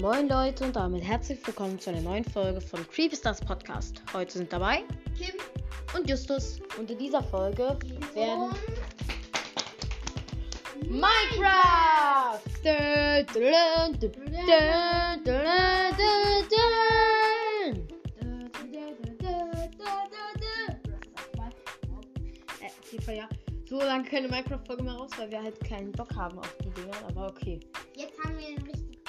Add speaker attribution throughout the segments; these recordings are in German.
Speaker 1: Moin Leute und damit herzlich willkommen zu einer neuen Folge von Creepystars Podcast. Heute sind dabei
Speaker 2: Kim
Speaker 1: und Justus. Und in dieser Folge werden Minecraft! Äh, Dun, dun, dun, dun, dun, dun, dun, dun. Äh, auf jeden Fall ja. So lange keine Minecraft-Folge mehr raus, weil wir halt keinen Bock haben auf die Dinger, aber okay.
Speaker 2: Jetzt haben wir richtig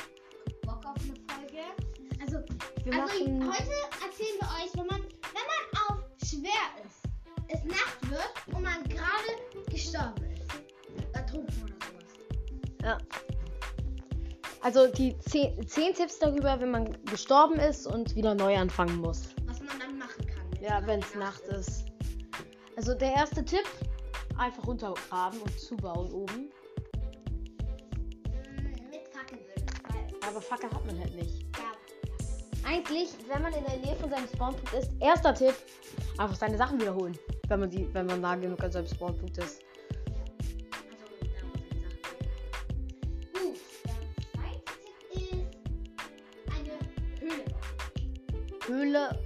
Speaker 2: Bock auf eine Folge. Also,
Speaker 1: Wir
Speaker 2: also
Speaker 1: machen.
Speaker 2: heute erzählen wir euch, wenn man, wenn man auf schwer ist, es Nacht wird und man gerade gestorben ist. Ertrunken oder sowas.
Speaker 1: Ja. Also die zehn, zehn Tipps darüber, wenn man gestorben ist und wieder neu anfangen muss.
Speaker 2: Was man dann machen kann.
Speaker 1: Ja,
Speaker 2: gerade
Speaker 1: wenn es Nacht ist. Also der erste Tipp, einfach runtergraben und zubauen oben.
Speaker 2: Mm, Mit Fackeln würde es, weil-
Speaker 1: Aber Fackel hat man halt nicht.
Speaker 2: Ja,
Speaker 1: Eigentlich, wenn man in der Nähe von seinem Spawnpunkt ist, erster Tipp, einfach seine Sachen wiederholen. Wenn man die, wenn man nah genug an seinem Spawnpunkt ist.
Speaker 2: Also, da muss ich sagen. Gut, der zweite Tipp ist eine Höhle. bauen.
Speaker 1: Höhle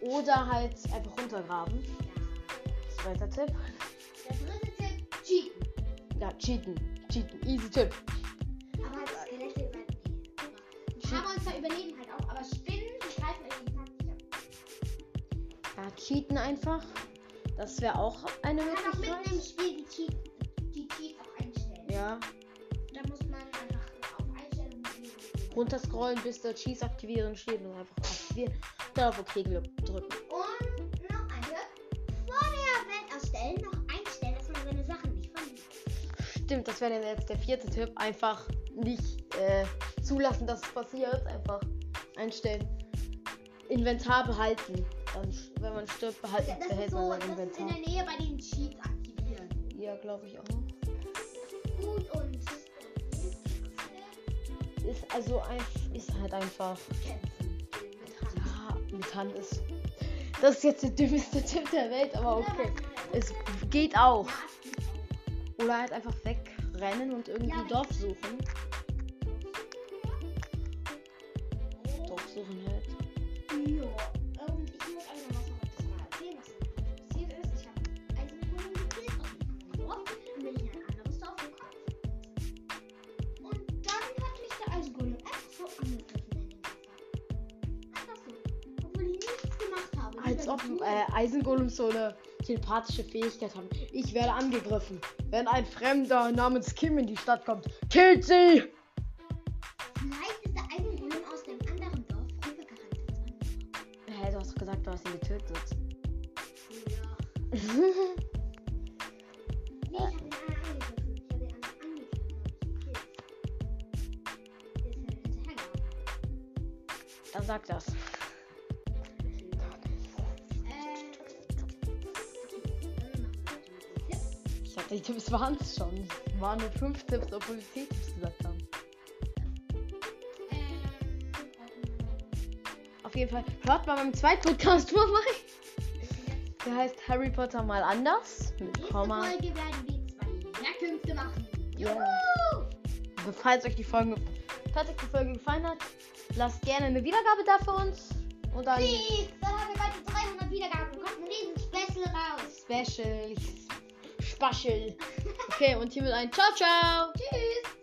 Speaker 1: oder halt einfach runtergraben. Zweiter Tipp.
Speaker 2: Der dritte Tipp, cheaten.
Speaker 1: Ja, cheaten. Cheaten. Easy Tipp.
Speaker 2: Aber das Skelette überleben. Aber uns zwar überleben halt auch, aber Spinnen, die greifen irgendwie fast nicht an.
Speaker 1: Ja, cheaten einfach. Das wäre auch eine
Speaker 2: Man kann auch mitten im
Speaker 1: Möglichkeit.
Speaker 2: Spiel die Cheat, die Cheat auch einstellen.
Speaker 1: Ja,
Speaker 2: Da muss man einfach auf Einstellungen gehen.
Speaker 1: runterscrollen, bis der Cheese aktivieren steht und einfach aktivieren. Dann auf OK gel- drücken.
Speaker 2: Und noch ein Tipp. Vor der Welt ausstellen, noch einstellen, dass man seine Sachen nicht verliert.
Speaker 1: Stimmt, das wäre dann jetzt der vierte Tipp. Einfach nicht äh, zulassen, dass es passiert. Einfach einstellen. Inventar behalten. Dann, sch- wenn man stirbt, behalt,
Speaker 2: Das ist
Speaker 1: behält
Speaker 2: so,
Speaker 1: man
Speaker 2: das
Speaker 1: sein
Speaker 2: ist in der
Speaker 1: Inventar.
Speaker 2: Nähe bei den Cheats aktivieren.
Speaker 1: Ja, glaube ich auch.
Speaker 2: Gut und
Speaker 1: Ist also ein, ist halt einfach.
Speaker 2: kämpfen. Mit Hand.
Speaker 1: Ja, mit Hand ist. Das ist jetzt der dümmste Tipp der Welt, aber okay. Es geht auch. Oder halt einfach wegrennen und irgendwie
Speaker 2: Ja,
Speaker 1: Dorf suchen. Dorf suchen halt.
Speaker 2: Ja, und ich muss einfach mal so das mal erzählen, was passiert ist. Ich habe eins mit meinem gekillt aus dem anderen Dorf und bin in ein anderes Dorf gekommen. Und dann hat mich der Eisengolem einfach so angegriffen in dem Wasser. Einfach so. Obwohl ich nichts gemacht habe.
Speaker 1: Als ob äh, Eisengolems so eine telepathische Fähigkeit haben. Ich werde angegriffen, wenn ein Fremder namens Kim in die Stadt kommt. Killt sie!
Speaker 2: Vielleicht ist der Eisengolem aus dem anderen Dorf rübergerannt ins andere.
Speaker 1: Hä, du hast doch gesagt, du hast ihn getötet.
Speaker 2: Ja. Nee, ich hab den anderen angegriffen. Ich hab den anderen angegriffen. hab ich gekillt. Der ist halt hinterhergelaufen.
Speaker 1: Dann sag das.
Speaker 2: Ähm, okay, dann machen wir weiter mit dem Tipp.
Speaker 1: Ich dachte, die Tipps waren es schon. Es waren nur fünf Tipps, obwohl wir zehn Tipps gesagt haben.
Speaker 2: Ähm, warte mal.
Speaker 1: Auf jeden Fall, hört mal beim zweiten Podcast vorbei.
Speaker 2: Nächste
Speaker 1: Der heißt Harry Potter mal anders. Mit Komma.
Speaker 2: Folge werden wir zwei Jagdkünfte machen.
Speaker 1: Ja.
Speaker 2: Juhu!
Speaker 1: Also falls euch die Folge, falls euch die Folge gefallen hat, lasst gerne eine Wiedergabe da für uns. Und dann
Speaker 2: Please, dann haben wir bald die 300 Wiedergaben. Kommt ein riesen Special raus.
Speaker 1: Special. Special. Okay, und hiermit ein Ciao, ciao.
Speaker 2: Tschüss.